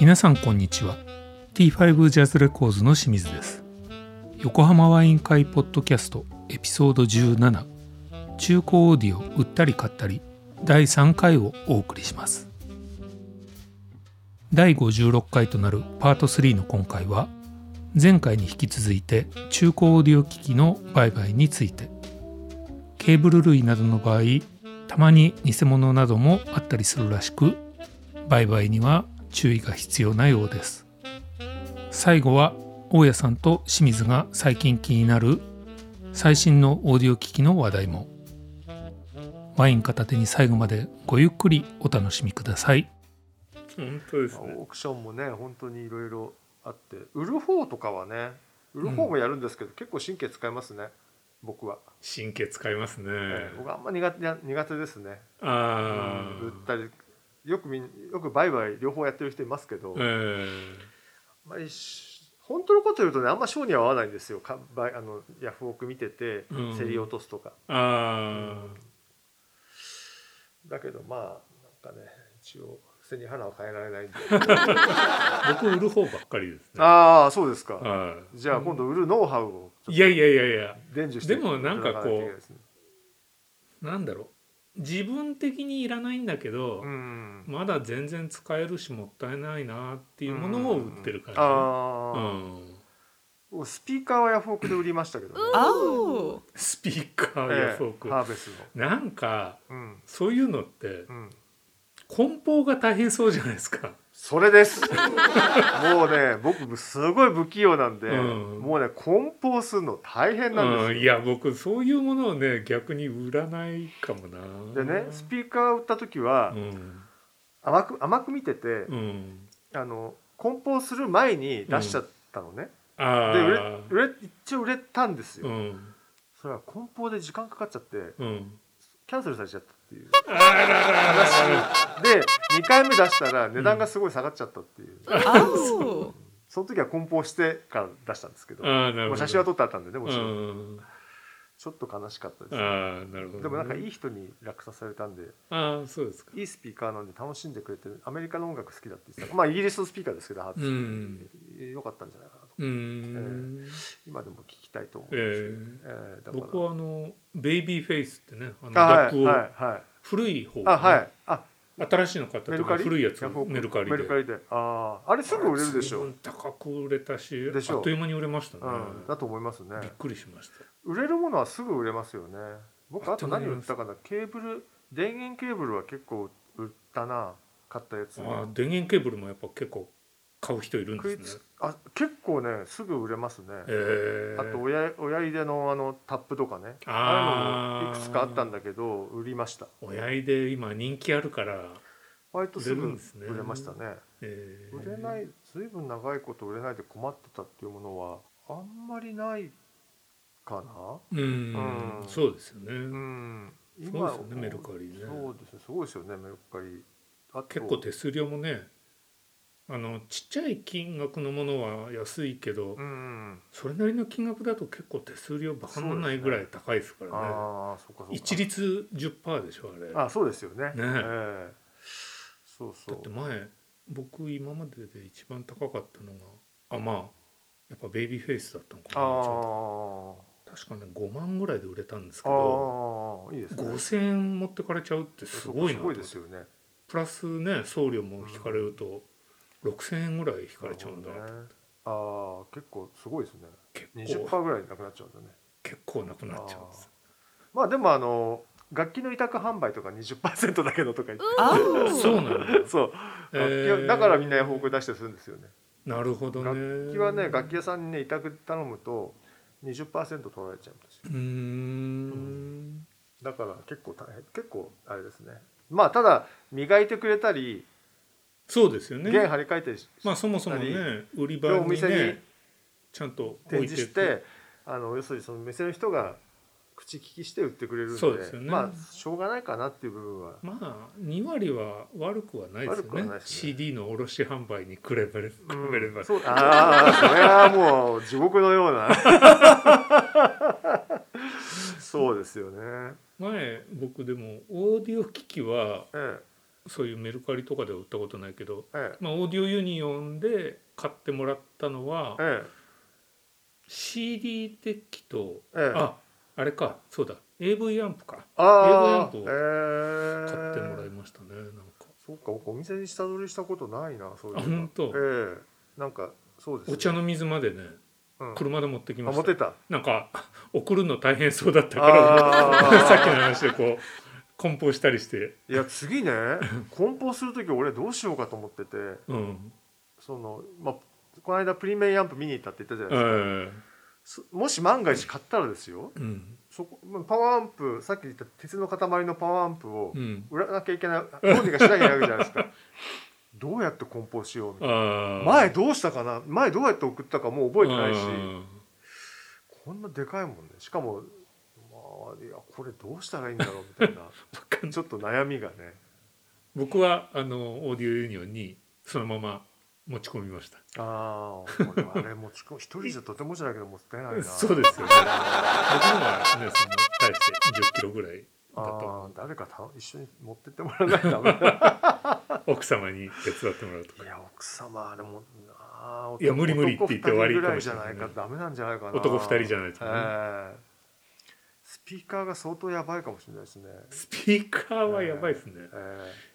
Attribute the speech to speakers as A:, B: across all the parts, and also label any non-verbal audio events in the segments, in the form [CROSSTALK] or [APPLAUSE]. A: 皆さんこんにちは T5 ジャズレコーズの清水です横浜ワイン会ポッドキャストエピソード17中古オーディオ売ったり買ったり第3回をお送りします第56回となるパート3の今回は前回に引き続いて中古オーディオ機器の売買についてケーブル類などの場合たまに偽物などもあったりするらしく売買には注意が必要なようです最後は大家さんと清水が最近気になる最新のオーディオ機器の話題もワイン片手に最後までごゆっくりお楽しみください本当ですね
B: オークションもね本当にいろいろあって売る方とかはね売る方もやるんですけど、結構神経使いますね僕は、
A: 神経使いますね、
B: 僕あんま苦手な苦手ですね、
A: あ
B: 売ったりよくみんよく売買両方やってる人いますけど、
A: あ、え
B: まあ一緒本当のこと言うとねあんま性には合わないんですよかばあのヤフオク見てて
A: うん
B: 競り落とすとか、
A: えあ
B: だけどまあなんかね一応背に花は変えられ
A: [LAUGHS]
B: ないんで
A: あ、僕売る方ばっかりですね
B: ああそうですか、
A: は
B: じゃあ今度売るノウハウをちょ
A: い
B: っ
A: いやいやいやいや
B: と伝授して
A: でもなんかこう
B: いただいていいですね
A: なんだろう自分的にいらないんだけど、
B: うん
A: まだ全然使えるしもったいないなっていうものを売ってるから、
B: あ
A: う
B: あ、
A: ん、
B: 僕スピーカーはヤフオクで売りましたけどね、
C: Oh.
A: スピーカ
B: え
A: ー
B: え
A: やフォーク、
B: ハーベスの
A: なんか
B: うん
A: そういうのって
B: うん
A: 梱包が大変そうじゃないですか
B: それですもうね僕すごい不器用なんで、
A: うん
B: もうね梱包するの大変なんですよ
A: うん、いや僕そういうものをね逆に売らないかもな
B: でねスピーカーを売った時は
A: うん
B: 甘く甘く見てて
A: うん
B: あの梱包する前に出しちゃったのね、
A: あ
B: で売
A: あ
B: れ売れ一応売れたんですよ、
A: うん
B: それは梱包で時間かかっちゃって
A: うん
B: キャンセルされちゃったっていう
A: あらららら
B: で2回目出したら値段がすごい下がっちゃったっていう、
C: Oh.
B: その時は梱包してから出したんですけど
A: ああなる
B: も
A: ほど
B: う写真は撮ってあったんでねも
A: う
B: ちろん、
A: ん
B: ちょっと悲しかったです、
A: ああなるほどね、
B: でもなんかいい人に落札されたんで
A: ああそうですか
B: いいスピーカーなんで楽しんでくれてるアメリカの音楽好きだって言ってたからまあイギリスのスピーカーですけどハーツ、
A: うん
B: よかったんじゃないかなと
A: うーん、
B: 今でも聞きたいと思う
A: え
B: んですよ、
A: ー
B: えーだから
A: 僕はあのベイビーフェイスってねあの
B: あ
A: ラッ
B: はい
A: プを、
B: はいはい
A: 古い方、ね
B: あはいあ
A: 新しいの買った
B: メ
A: と
B: ル
A: か
B: カリ
A: 古いやつ
B: ヤフオク
A: メルカリで
B: メルカリであああれすぐ売れるでしょ
A: 随分高く売れたし
B: でしょう
A: あっという間に売れましたね、
B: うん、だと思いますね
A: びっくりしました
B: 売れるものはすぐ売れますよね僕
A: あ
B: あと何売ったかなケーブル電源ケーブルは結構売ったな買ったやつ
A: ああ電源ケーブルもやっぱ結構買う人いるん
B: 食い
A: です
B: つ
A: ね
B: あ結構ねすぐ売れますね、
A: えー、
B: あと親親入れのあのタップとかねああいう
A: あ
B: のもい
A: ー
B: くつかあったんだけど売りました
A: 親入で今人気あるから、
B: 割とす
A: 売れる
B: ぐ
A: んですね
B: 売れましたね
A: えー
B: 売れない随分長いこと売れないで困ってたっていうものはあんまりないかな
A: うん、
B: うん
A: そうですよね、
B: うん
A: そうですよねメルカリね
B: そうですねすごいですよねメルカリあと
A: 結構手数料もねあのちっちゃい金額のものは安いけど、
B: うん
A: それなりの金額だと結構手数料バカなんないぐらい高いですからね
B: ああそうかそうか
A: 一律10%でしょあれ
B: あそうですよね
A: ね
B: ええそうそ
A: だ
B: う
A: って前僕今までで一番高かったのがあまあやっぱベイビーフェイスだったのか
B: あ
A: な一番
B: ー
A: 確かね5万ぐらいで売れたんですけど
B: あーいいですね
A: 5,000円持ってかれちゃうってすごいな
B: す
A: と
B: ご
A: 思っ
B: い
A: て
B: ですよね
A: プラスね送料も引かれると6,000円ぐらい引かれちゃうんだ
B: なるほどねああ結構すごいですね
A: 結構
B: 20%ぐらいなくなっちゃうんだね
A: 結構なくなっちゃうんです
B: まあでもあの楽器の委託販売とか20%だけどとか言って
C: Oh.
A: そうなんだ、
B: そう
A: え
B: 楽
A: ー
B: 器はだからみんなヤフオク出したりするんですよね
A: なるほどね
B: 楽器はね楽器屋さんにね委託頼むと20%取られちゃうんですよ
A: うーん
B: だから結構大変結構あれですねまあただ磨いてくれたり
A: そうですよ
B: 弦
A: ね
B: 張り替えたりし
A: まあそもそもね売り場
B: でお
A: に
B: 店に
A: ねちゃんと
B: 展
A: 置い
B: 示
A: て
B: してあの要するにその店の人が口利きして売ってくれるんで
A: そうですよね
B: まあしょうがないかなっていう部分は
A: まあ2割は悪くはないですよ
B: 悪くは
A: ね
B: ないですね
A: CD の卸販売に比べれ比べれば、
B: そうああそれはもう地獄のよう
A: [LAUGHS]
B: なそうですよね、
A: 前僕でもオーディオ機器は
B: え
A: そういうメルカリとかでは売ったことないけど、
B: ええ
A: まあ、オーディオユニオンで買ってもらったのは
B: ええ
A: CD デッキと
B: ええ
A: ああれかそうだ AV アンプか
B: ああ
A: 英語買ってもらいましたねなんか
B: そうか僕お店に下取りしたことないなそういう
A: あ本当
B: ええなんかそうですね、
A: お茶の水までね
B: うん
A: 車で持ってき
B: あ
A: ま
B: 持
A: し
B: って
A: た
B: た
A: なんか [LAUGHS] 送るの大変そうだったから
B: あ
A: [LAUGHS] さっきの
B: あ
A: 話でこう梱包したりして
B: いや次ね梱包する時俺どうしようかと思ってて
A: うん
B: そのまあこの間プリメイアンプ見に行ったって言ったじゃないで
A: え
B: すか、そもし万が一買ったらですよ
A: えうん
B: そこまあパワーアンプさっき言った鉄の塊のパワーアンプを
A: うん
B: 売らなきゃいけないどうにかしなきゃいけないわけじゃないです
A: [LAUGHS]
B: かどうやって梱包しようみたい
A: あ
B: な
A: あ
B: 前どうしたかな前どうやって送ったかもう覚えてないし
A: うん [LAUGHS]
B: こんなでかいもんねしかもまあいやこれどうしたらいいんだろうみた
A: [LAUGHS]
B: いな
A: わかんない
B: ちょっと悩みがね
A: 僕はあのオーディオユニオンにそのまま持ち込みました
B: ああ俺はあれ持ち込む一人じゃとてもじゃないけど持ってない
A: [LAUGHS]
B: な
A: そうですよね。僕のはね、その大して10キロぐらいだ
B: あ
A: と
B: あ誰かた一緒に持ってってもらわないとダメだ
A: [LAUGHS] 奥様に手伝ってもらうとか
B: い。や奥様あれもあー
A: いや無理無理って
B: 男
A: 言って終わり
B: 二人ぐ
A: からも
B: い
A: し
B: じ
A: れ
B: ゃ
A: な
B: ないい
A: ね
B: かダメなんじゃないかな
A: 男二人じゃないとね
B: ええスピーカーが相当やばいかもしれないですね
A: スピーカーはやばいですね。
B: ええ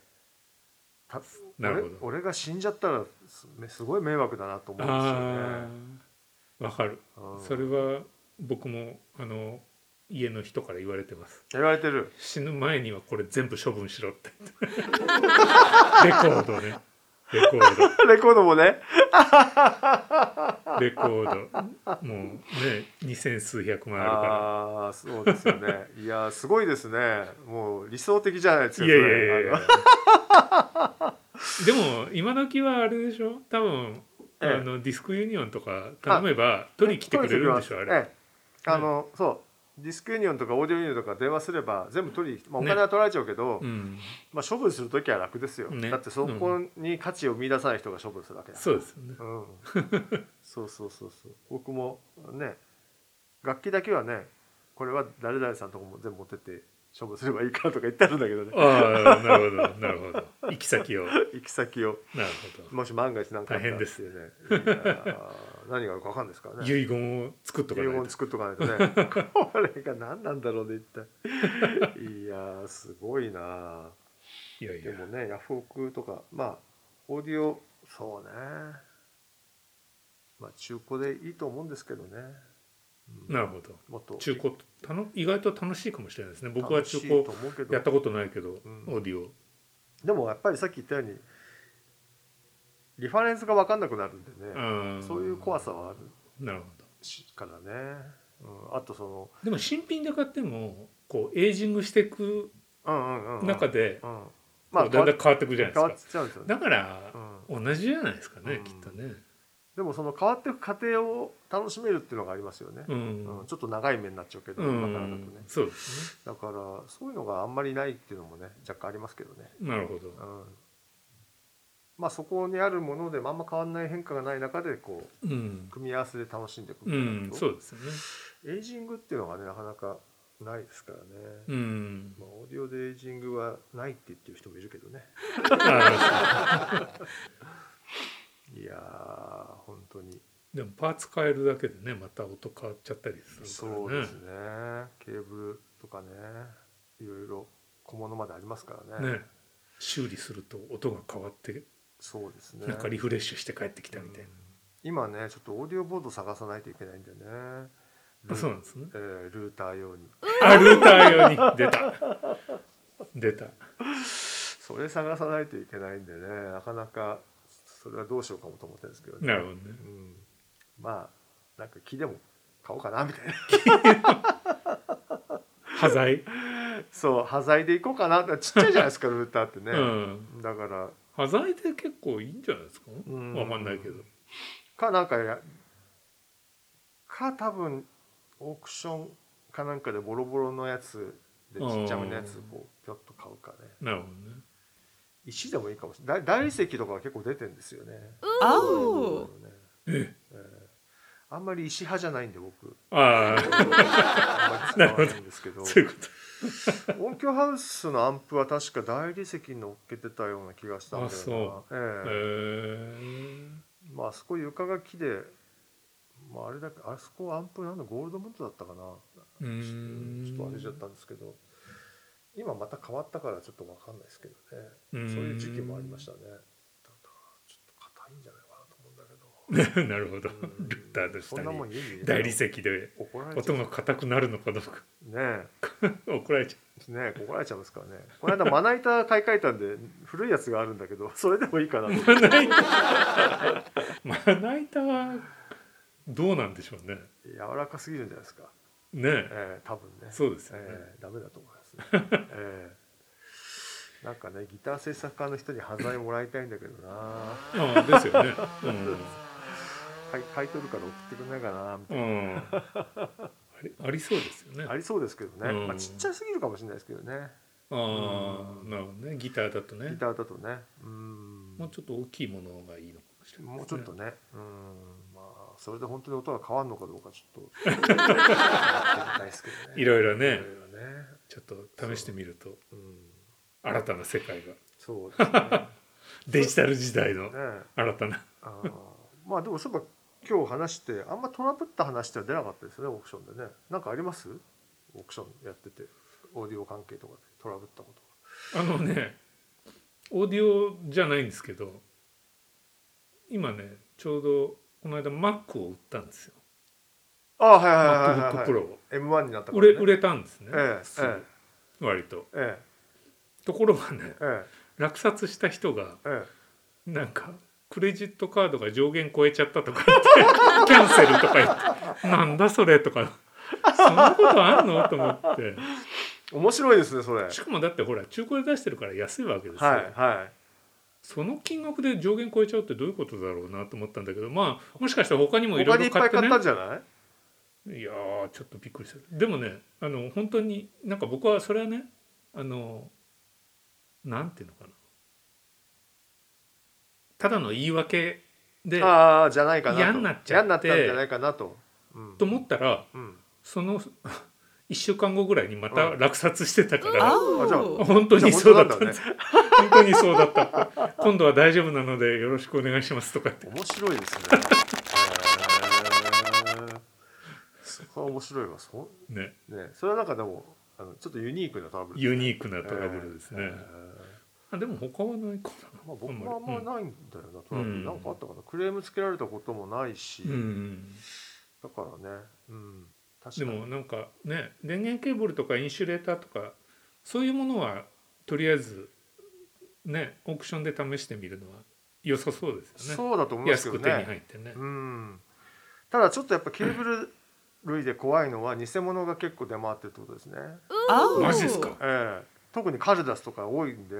B: た
A: なるほど
B: 俺俺が死んじゃったらすすごい迷惑だなと思うんですよ
A: あ
B: ね
A: あ、わかる。
B: うん
A: それは僕もあの家の人から言われてます。
B: やられてる
A: 死ぬ前にはこれ全部処分しろって。 [LAUGHS] レコードね。レコード。
B: レコードもね
A: レコード。もうね、二千数百万あるから。
B: ああーそうですよねいやーすごいですねもう理想的じゃないですか
A: いやいやいやいや [LAUGHS] でも今時はあれでしょ多分、
B: ええ
A: あのディスクユニオンとか頼めば取りに来てくれるんでしょあれ、
B: ええあの、そうディスクユニオンとかオーディオユニオンとか電話すれば全部取りに、まあ、お金は取られちゃうけど、
A: うん、
B: まあ、処分する時は楽ですよ、
A: ね
B: だってそこに価値を見出さない人が処分するわけだ
A: そうですよね
B: うん、そうそうそうそう僕もね楽器だけはねこれは誰々さんとこも全部持ってって処分すればいいからとか言ってあるんだけ
A: [LAUGHS]
B: どね
A: ああなるほどなるほど行き先をなる
B: 行き先を
A: ほど
B: もし万が一なんかあったら
A: 大変です
B: っていうねいやー何があるか分かんないですからね
A: 遺言を作っとかない
B: 遺
A: と
B: 言作っとかないとね [LAUGHS] これが何なんだろうね一体いやーすごいない
A: やい
B: で
A: や
B: もねヤフオクとかまあオーディオそうねまあ中古でいいと思うんですけどね、うん
A: なるほど
B: もっと
A: 中古たの意外と楽しいかもしれないですね僕は中
B: 楽しい
A: 古
B: と思うけど
A: やったことないけど、
B: うん
A: オーディオ
B: でもやっぱりさっき言ったようにリファレンスが分かんなくなるんでね、
A: あー
B: そういう怖さはある
A: なるほど
B: しからね、うん、あとその
A: でも新品で買ってもこうエイジングしていく
B: うんうんうん
A: 中で、
B: うん、ま
A: ま
B: あ
A: あ、だんだん
B: 変わ
A: 変わっていくじゃない
B: 変わっ
A: ですか
B: ちゃうんですよね
A: だから
B: う、ん
A: 同じじゃないですかね、
B: うん
A: きっとね、
B: でもその変わっていく過程を楽しめるっていうのがありますよね、
A: う
B: うん
A: ん
B: ちょっと長い目になっちゃうけど、
A: う
B: なかなか
A: ん
B: とね
A: そうです
B: だからそういうのがあんまりないっていうのもね若干ありますけどね、
A: ねなるほど
B: う、ん、まあそこにあるものでもあんま変わんない変化がない中でこ
A: う
B: う
A: ん
B: 組み合わせで楽しんでいく
A: う
B: みたいな、
A: ん、そうですよね、
B: エイジングっていうのがねなかなかないですからね、
A: うん、 [LAUGHS]
B: まあ、オーディオでエイジングはないって言ってる人もいるけどね
A: あ
B: いやー本当に
A: ーでもパーツ変えるだけでねまた音変わっちゃったりするか
B: そう
A: らね
B: ですねケーブルとかねいろいろ小物までありますからね
A: ね修理すると音が変わって
B: そうですね
A: なんかリフレッシュして帰ってきたみたいな、
B: 今ねちょっとオーディオボード探さないといけないんでね
A: あそう
B: ルー
A: なんですね
B: えールーター用に
A: あルーター用に出
B: [LAUGHS]
A: た出た
B: それ探さないといけないんでねなかなかそれはどうしようかもと思ってるんですけどね
A: なるほどね
B: うん、まあなんか木でも買おうかなみたいな [LAUGHS]
A: 端材、
B: そう端材でいこうかなってちっちゃいじゃないですかルーターってね、
A: うん
B: だから
A: 端材で結構いいんじゃないですか、
B: ん
A: わかんないけど
B: かなんかやか多分オークションかなんかでボロボロのやつでちっちゃめのやつこうぴょっと買うかね
A: なるほどね
B: 石でもいいかもしれない大理石とかは結構出てんですよね。
C: Oh.
B: ね
A: え
B: えーあんまり石派じゃないんで僕
A: えああ
B: [LAUGHS] あんまり使わないんですけど
A: そういうこと
B: 音響ハウスのアンプは確か大理石に乗っけてたような気がしたんだよな
A: あそ
B: え
A: へ
B: え
A: え
B: まああそこ床が木で、まあ、あれだけあそこアンプなんだゴールドモントだったかな
A: う
B: ちょっ
A: ん
B: とちょっと忘れちゃったんですけど今また変わったからちょっと分かんないですけどね
A: そう
B: そういう時期もありましたねだからちょっと硬いんじゃないかなと思うんだけど
A: た [LAUGHS] なるほど
B: うん
A: ルッターの下
B: そんなもん
A: に
B: 家に入れたら
A: 大理石で
B: 怒られちゃ
A: 音
B: う
A: が硬くなるのかどうか [LAUGHS]
B: ね
A: 怒られちゃ
B: えねえ怒られちゃいますからねこの間まな板買い替えたんで古いやつがあるんだけどそれでもいいかなと思って
A: うまな [LAUGHS] 板まな板はどうなんでしょうね
B: 柔らかすぎるんじゃないですか、
A: ねえ
B: ええ多分ね
A: そうですよね
B: ええダメだと思いますね、ええなんかねギター制作家の人に端材もらいたいんだけどな
A: ああですよ
B: [LAUGHS]
A: ねうん
B: 買い買い取るから送ってくんないかなみたい
A: うんありありそうですよね
B: なありそうですけどね、
A: うん
B: まあ、ちっちゃすぎるかもしれないですけどね
A: ああなるほどねギターだとね
B: ギターだとねうん
A: もうちょっと大きいものがいいのかもしれない
B: も
A: で
B: う
A: す
B: ちょ
A: ね
B: っとねうんまあそれで本当に音が変わるのかどうかちょっ
A: [LAUGHS]
B: とやってみたいですけどね
A: いろいろね
B: いろいろね
A: ちょっと試してみると
B: うん
A: 新たな世界が
B: そうですねね
A: デジタル時代の
B: え
A: 新たな
B: あーまあでもそういえば今日話してあんまトラブった話って出なかったですよねオークションでねなんかありますオークションやっててオーディオ関係とかでトラブったこ
A: あのねオーディオじゃないんですけど今ねちょうどこの間 Mac を売ったんですよ
B: とああはいはいはいはい、はい
A: MacBookPro を
B: M1 になったから、
A: 売
B: ね、
A: れ売れたんですね
B: ええ
A: すぐ
B: え
A: 割と
B: え
A: ところがね
B: ええ
A: 落札した人が
B: ええ
A: なんかクレジットカードが上限超えちゃったとか言って [LAUGHS] キャンセルとか言ってなんだそれとかそんなことあんのと思って
B: え面白いですねそれはい
A: しかもだってほら中古で出してるから安いわけですよ、
B: はい
A: その金額で上限超えちゃうってどういうことだろうなと思ったんだけどまあもしかしたら他にもいろ
B: 他
A: い
B: にい
A: ろ買っ
B: っぱい
A: て
B: 買
A: ね
B: ったんじゃない
A: いやーちょっとびっくりしたでもねあの本当になんか僕はそれはねあのなんていうのかなただの言い訳で
B: ああじゃないかなと
A: 嫌になっちゃって
B: 嫌になったんじゃないかなと、うん、
A: と思ったら
B: うん
A: その [LAUGHS] 1週間後ぐらいにまた落札してたから、
B: あじゃあ
C: Oh.
A: 本当に
B: じゃあ
A: そうだったん
B: 本当だ
A: で
B: っ
A: す
B: た
A: 本当にそうだったって今度は大丈夫なのでよろしくお願いしますとかって
B: 面白いですねへえそこは面白いわそう
A: ね
B: ね、それはなんかでもあのちょっとユニークなトラブル
A: ユニークなトラブルですね、
B: えー
A: あでも他はないかな
B: まあ、僕もあんま
A: り
B: ないんだよな、トラブ
A: うん
B: ルなんかあったかなクレームつけられたこともないし、
A: うん、うん
B: だからね、うん、確
A: で
B: かに
A: もなんかね電源ケーブルとかインシュレーターとかそういうものはとりあえずねオークションで試してみるのは良さそうですよね
B: そうだと思います
A: 安
B: け
A: く
B: ど
A: 手に
B: ね、
A: 入ってね、
B: うん、ただちょっとやっぱケーブル類で怖いのは偽物が結構出回ってるってことですね、
C: Oh.
A: マジですか
B: ええ特にカルダスとか多いんで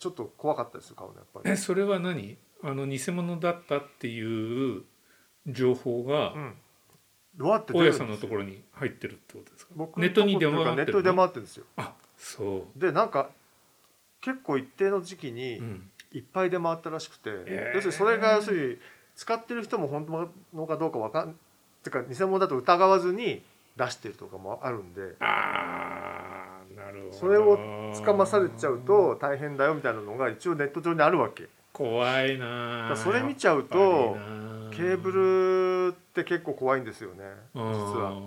B: ちょっと怖かったですよ買うのやっぱり
A: えそれは何あの偽物だったっていう情報が
B: うんどうやって出
A: 大
B: る
A: 家
B: んです
A: さんのところに入ってるってことですか
B: 僕
A: ネ
B: の
A: ットに出
B: とこってい
A: 回
B: うか
A: っ
B: ネ
A: て
B: ッ
A: る
B: ト
A: の
B: に出回ってるんですよ
A: あそ
B: でなんか結構一定の時期
A: う、
B: に
A: うん、
B: いっぱい出回ったらしくて、
A: えー
B: 要するにそれが要するに使ってる人も本当のかどうかわかんてか偽物だと疑わずに出してるとかもあるんで
A: ああなるほど
B: それをつかまされちゃうと大変だよみたいなのが一応ネット上にあるわけ
A: 怖いな
B: だ
A: ー
B: からそれ見ちゃうとケーブルって結構怖いんですよね
A: 実
B: 実は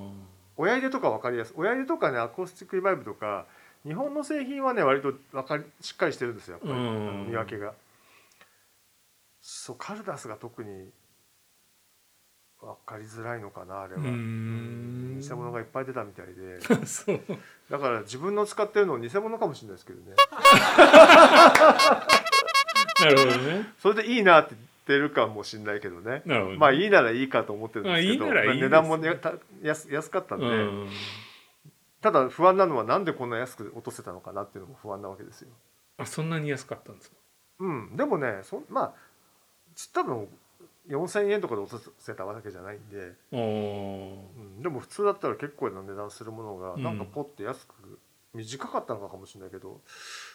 B: 親入れとか分かりやすい親入れとかねアコースティックリバイブとか日本の製品はね割とわかりしっかりしてるんですよやっぱり、
A: うん
B: あの見分けがそうカルダスが特に分かりづらいのかなあれ
A: う
B: は、
A: ー
B: うん
A: ん
B: 偽物がいっぱい出たみたいで
A: [LAUGHS] そう
B: だから自分の使ってるの偽物かもしれないですけどね
A: なるほどね
B: それでいいなって言ってるかもしれないけどね
A: なるほどね
B: まあいいならいいかと思ってるんですけど、
A: まあいいならいいです
B: 値段も、ね、た安安かったんで、
A: うん
B: ただ不安なのはなんでこんな安く落とせたのかなっていうのも不安なわけですよ
A: あそんなに安かったんですか
B: うん、でもねそんまあつ多分4,000円とかで落とせたわけじゃないんで、
A: おー
B: うん、でも普通だったら結構な値段するものが
A: うん
B: なんかポッて安く、短かったのかもしれないけど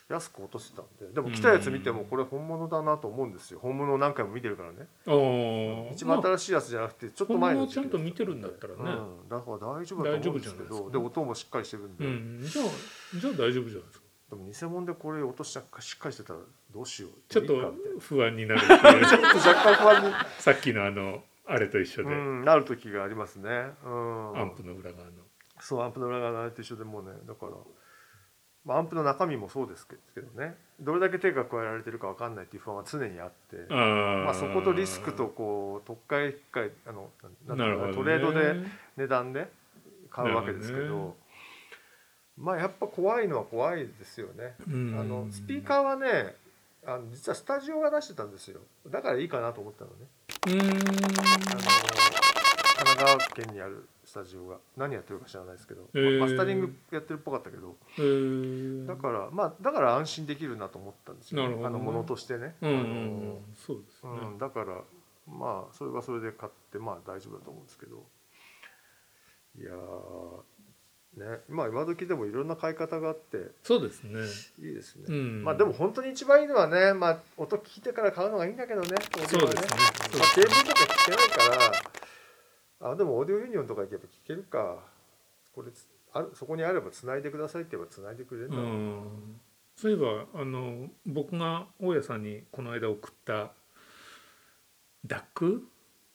B: 安く落としてたんででも来たやつ見てもこれ本物だなと思うんですよ本物を何回も見てるからね
A: おー
B: 一番
A: まあ
B: 新しいやつじゃなくてちょっと前の時期
A: 本物をちゃんと見てるんだったらね
B: うん、だから大丈夫だと思うんですけ
A: 大丈夫じゃないです
B: ど
A: か
B: で音もしっかりしてるんで、
A: うん、じゃあじゃあ大丈夫じゃないですか
B: でも偽物でこれ落とししっかりしてたらどうしよう
D: ちょっ
B: いいかみたい
D: と不安になる
B: な [LAUGHS] ちょっと若干不安に、
D: さっきのあのあれと一緒で、
B: うん、なる時がありますねうん
D: アンプの裏側の
B: そうアンプの裏側のあれと一緒でもうねだから、まあ、アンプの中身もそうですけどねどれだけ手が加えられてるか分かんないっていう不安は常にあって
D: あ
B: まあ、そことリスクとこう特価一回あのなん
D: な
B: てい
D: る
B: う
D: ほ
B: の
D: ど、ね、
B: トレードで値段で買うわけですけ
D: な
B: ど
D: るほどね
B: まあやっぱ怖いのは怖いですよね。
A: うん
B: あのスピーカーはねあの実はスタジオが出してたんですよだからいいかなと思ったのね。
A: う
B: あ
A: ー
B: の
A: ん
B: 神奈川県にあるスタジオが何やってるか知らないですけど、
A: えー
B: マスタリングやってるっぽかったけど
A: えー
B: だからまあだから安心できるなと思ったんですよ、
A: なるほどね
B: あのものとしてね、
A: うんうんうんそうです
B: あ
A: ね
B: のうんだからまあそれはそれで買ってまあ大丈夫だと思うんですけどいやーねまあ今時でもいろんな買い方があって
A: そうですね
B: いいですね、
A: うん
B: まあでも本当に一番いいのはね、まあ、音聞いてから買うのがいいんだけどね
A: そうですね
B: まあ、ケーブルとか聞けないからあでもオーディオユニオンとか行けば聞けるかこれつあるそこにあれば繋いでくださいって言えば繋いでくれるん
A: う
B: だろう、
A: んそういえばあの僕が大家さんにこの間送ったダック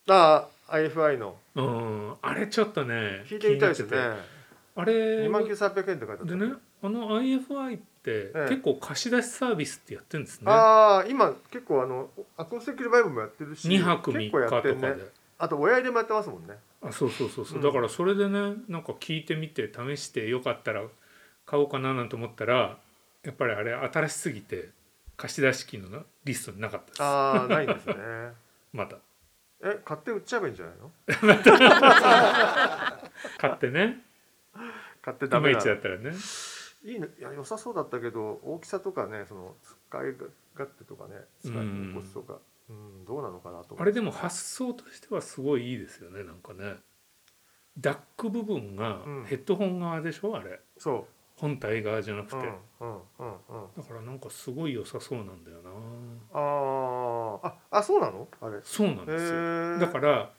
B: ああ IFI の
A: うんあれちょっとね
B: 聞いてみたいですね
A: 気になっててあれ
B: 2万9300円って書いてあった
A: でねあの IFI って
B: え
A: 結構貸し出しサービスってやってるんですね
B: ああ今結構あのアコースティックリバイブもやってるし
A: 2泊3
B: 結
A: 日
B: 構
A: と
B: や
A: か
B: って
A: で、
B: るねあと親入れもやってますもんね
A: あそうそうそうそう、
B: うん
A: だからそれでねなんか聞いてみて試してよかったら買おうかななんて思ったらやっぱりあれ新しすぎて貸し出し機のなリストになかったです
B: ああないんですね [LAUGHS]
A: また
B: え買って売っちゃえばいいんじゃないの
A: 買ってね
B: 買ってダ
A: ダメ
B: メ
A: イ
B: な
A: チだったらね
B: いいのいや良さそうだったけど大きさとかねその使い勝手とかね使い心地とか、うんどうなのかなと思って
A: あれでも発想としてはすごいいいですよねなんかねダック部分が
B: うん
A: ヘッドホン側でしょあれ
B: そ
A: 本体側じゃなく
B: う、
A: て、
B: うんうんうんうん、
A: だからなんかすごい良さそうなんだよな
B: あーああそうなのあれへ
A: そうなんですよ
B: え
A: だから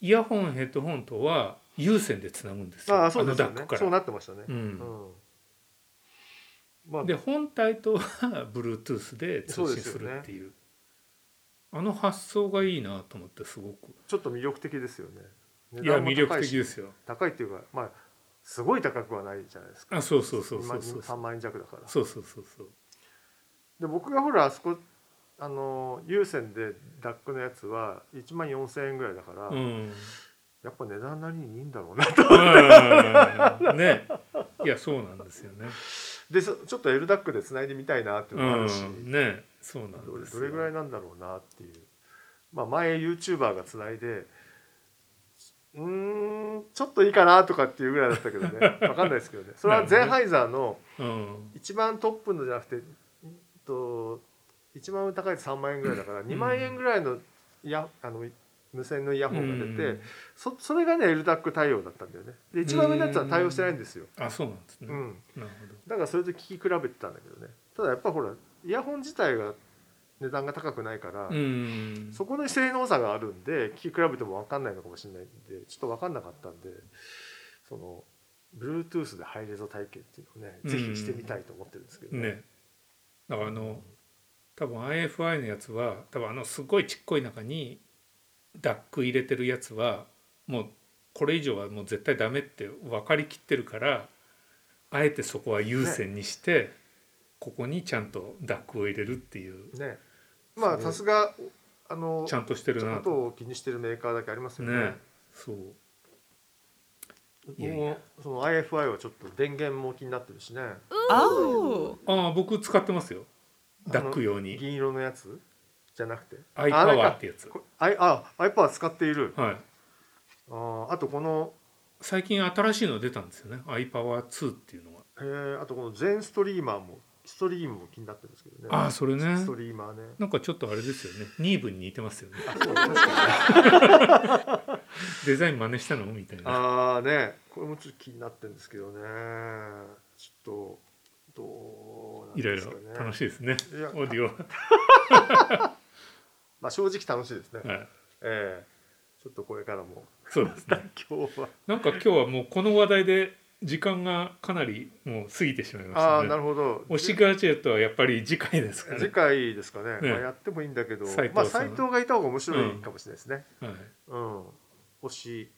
A: イヤホンヘッドホンとは有線でつなぐんですよ
B: ああそうですよ
A: のダッ
B: ね
A: クか
B: そう
A: ら。
B: なってましたね
A: う、
B: うんんまあ
A: で本体とは Bluetooth で通信するっていうあの発想がいいなと思ってすごく
B: ちょっと魅力的ですよね
A: いや魅
B: 値
A: 力
B: 段も高い
A: 的
B: し
A: ですよ
B: 高いっていうかまあすごい高くはないじゃないですか
A: あそうそうそうそうそう
B: 3万円弱だから
A: そうそうそうそう
B: で僕がほらあそこあの有線でダックのやつは1万4,000円ぐらいだから、 [LAUGHS]
A: うん
B: やっぱ値段なりにいいんだろうなと [LAUGHS]
A: うんねいやそうなんですよね
B: でそちょっと L ダックで繋いでみたいなっていう
A: う
B: のもあるし、
A: んねそうなん
B: どれ
A: です
B: どれぐらい
A: い
B: なんだろうなっていう、まあ、前 YouTuber が繋いでうーんちょっといいかなとかっていうぐらいだったけどねわかんないですけどねそれはゼンハイザーの
A: うん
B: 一番トップのじゃなくてうんと一番高いと3万円ぐらいだから2万円ぐらいのイヤあの無線のイヤホンが出て、
A: うん
B: そそれがね LDAC 対応だったんだよねで一番上のやつは対応してないんですよ、
A: あそうなんですね
B: う
A: なる
B: ん、
A: ほど
B: だからそれと聞き比べてたんだけどねただやっぱほらイヤホン自体が値段が高くないから、
A: うん
B: そこの性能差があるんで聞き比べても分かんないのかもしれないんでちょっと分かんなかったんでその Bluetooth でハイレゾ体験っていうのをね、ぜひしてみたいと思ってるんですけど
A: ねだからあの多分 IFI のやつは多分あのすごいちっこい中にダック入れてるやつはもうこれ以上はもう絶対ダメって分かりきってるからあえてそこは優先にして、ここにちゃんとダックを入れるっていう
B: ねまあ
A: そう
B: さすがあの
A: ちゃんとしてるな
B: こと
A: と
B: を気にしてるメーカーだけありますよね
A: ねそう
B: 僕
A: いやい
B: もその IFI はちょっと電源も気になってるしね
C: Oh.
A: ああ僕使ってますよ
B: あの
A: ダック用に
B: 銀色のやつじゃなくて
A: iPower
B: ああれか
A: ってやつ
B: こあいあ iPad 使っている
A: はい
B: あーあとこの
A: 最近新しいの出たんですよね iPower2 っていうのが
B: えーあとこの全ストリーマーもストリームも気になってるんですけどね
A: ああそれね
B: ストリーマーね
A: なんかちょっとあれですよねニーブに似てますよね
B: あそう確かに
A: デザイン真似したのみたいな
B: ああねこれもちょっと気になってるんですけどねちょっとどうなん
A: いろいろ
B: ですかね
A: 楽しいですね
B: [LAUGHS] いや
A: オーディオは、
B: まあ正直楽しいですね、
A: はい、
B: ええちょっとこれからも
A: そうですね
B: 今日は
A: なんか今日はもうこの話題で時間がかなりもう過ぎてしまいまし
B: あ
A: た
B: あな
A: ね
B: るほど
A: 推しガジェットはやっぱり次回ですか
B: 次
A: ね、
B: 回ですかね、
A: ね
B: まあ、やってもいいんだけど
A: 斉藤
B: まあ
A: さん
B: 斎藤がいた方が面白いかもしれないですね、
A: はい、
B: うん推し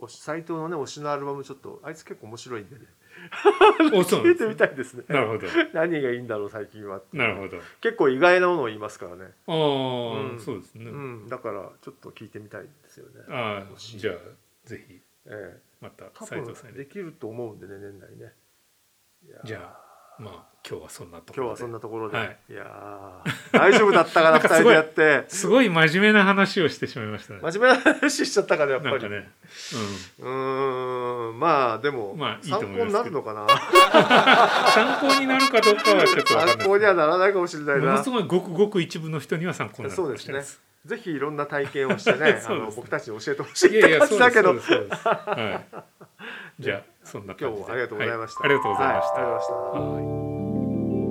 B: 推し斎藤のね推しのアルバムちょっとあいつ結構面白いんでね [LAUGHS]
A: おそう
B: 聞
A: なんです
B: いてみ
A: ね
B: たいですね
A: なるほど
B: 何がいいんだろう最近はって
A: なるほど
B: 結構意外なものを言いますからね、
A: ああ、
B: うん
A: そうですね、
B: うん、だからちょっと聞いてみたいですよね、
A: ああ
B: 欲しい
A: じゃあぜひ
B: ええ、
A: また
B: 多
A: 斉藤さん
B: 分
A: で
B: できると思うんでね年内ねいやー
A: じゃあまあ今日はそんなとこ
B: 今日
A: ろ
B: は
A: で
B: そんなところで、
A: はい
B: い、やー大丈夫だったかな
A: [LAUGHS] なんか
B: 2
A: す
B: 人
A: ごい
B: でやって
A: すごい真面目な話をしてしまいましたね
B: 真面目な話しちゃったからやっぱ
A: なん
B: り、
A: かね、
B: うーんまあでも、
A: まあいいと
B: 参
A: 思い
B: 考
A: ます
B: になるのかな
A: うん、参考になるかどうかはちょっとわかん
B: 参
A: ない
B: 考にはならないかもしれない
A: もの
B: な
A: すごいごくごく一部の人には参考になるかもしれないです
B: ぜひいろんな体験をし
A: [LAUGHS]
B: て
A: そうで
B: ね
A: す
B: あの
A: ね
B: 僕たちに教えてほしい
A: いや
B: っ
A: い
B: て
A: や
B: 感
A: そ
B: [LAUGHS] じ
A: うです
B: だけ
A: そう
B: ど
A: ですそうです、はい、じゃあそんな
B: 今
A: 感
B: 日
A: じで
B: もありがとうございました、
A: はありがとうございました、
B: はありがとうございました
A: はい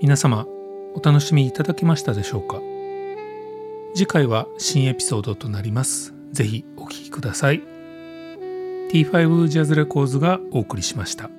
E: 皆様お楽しみいただけましたでしょうか次回は新エピソードとなりますぜひお聞きください T5 ジャズレコーズがお送りしました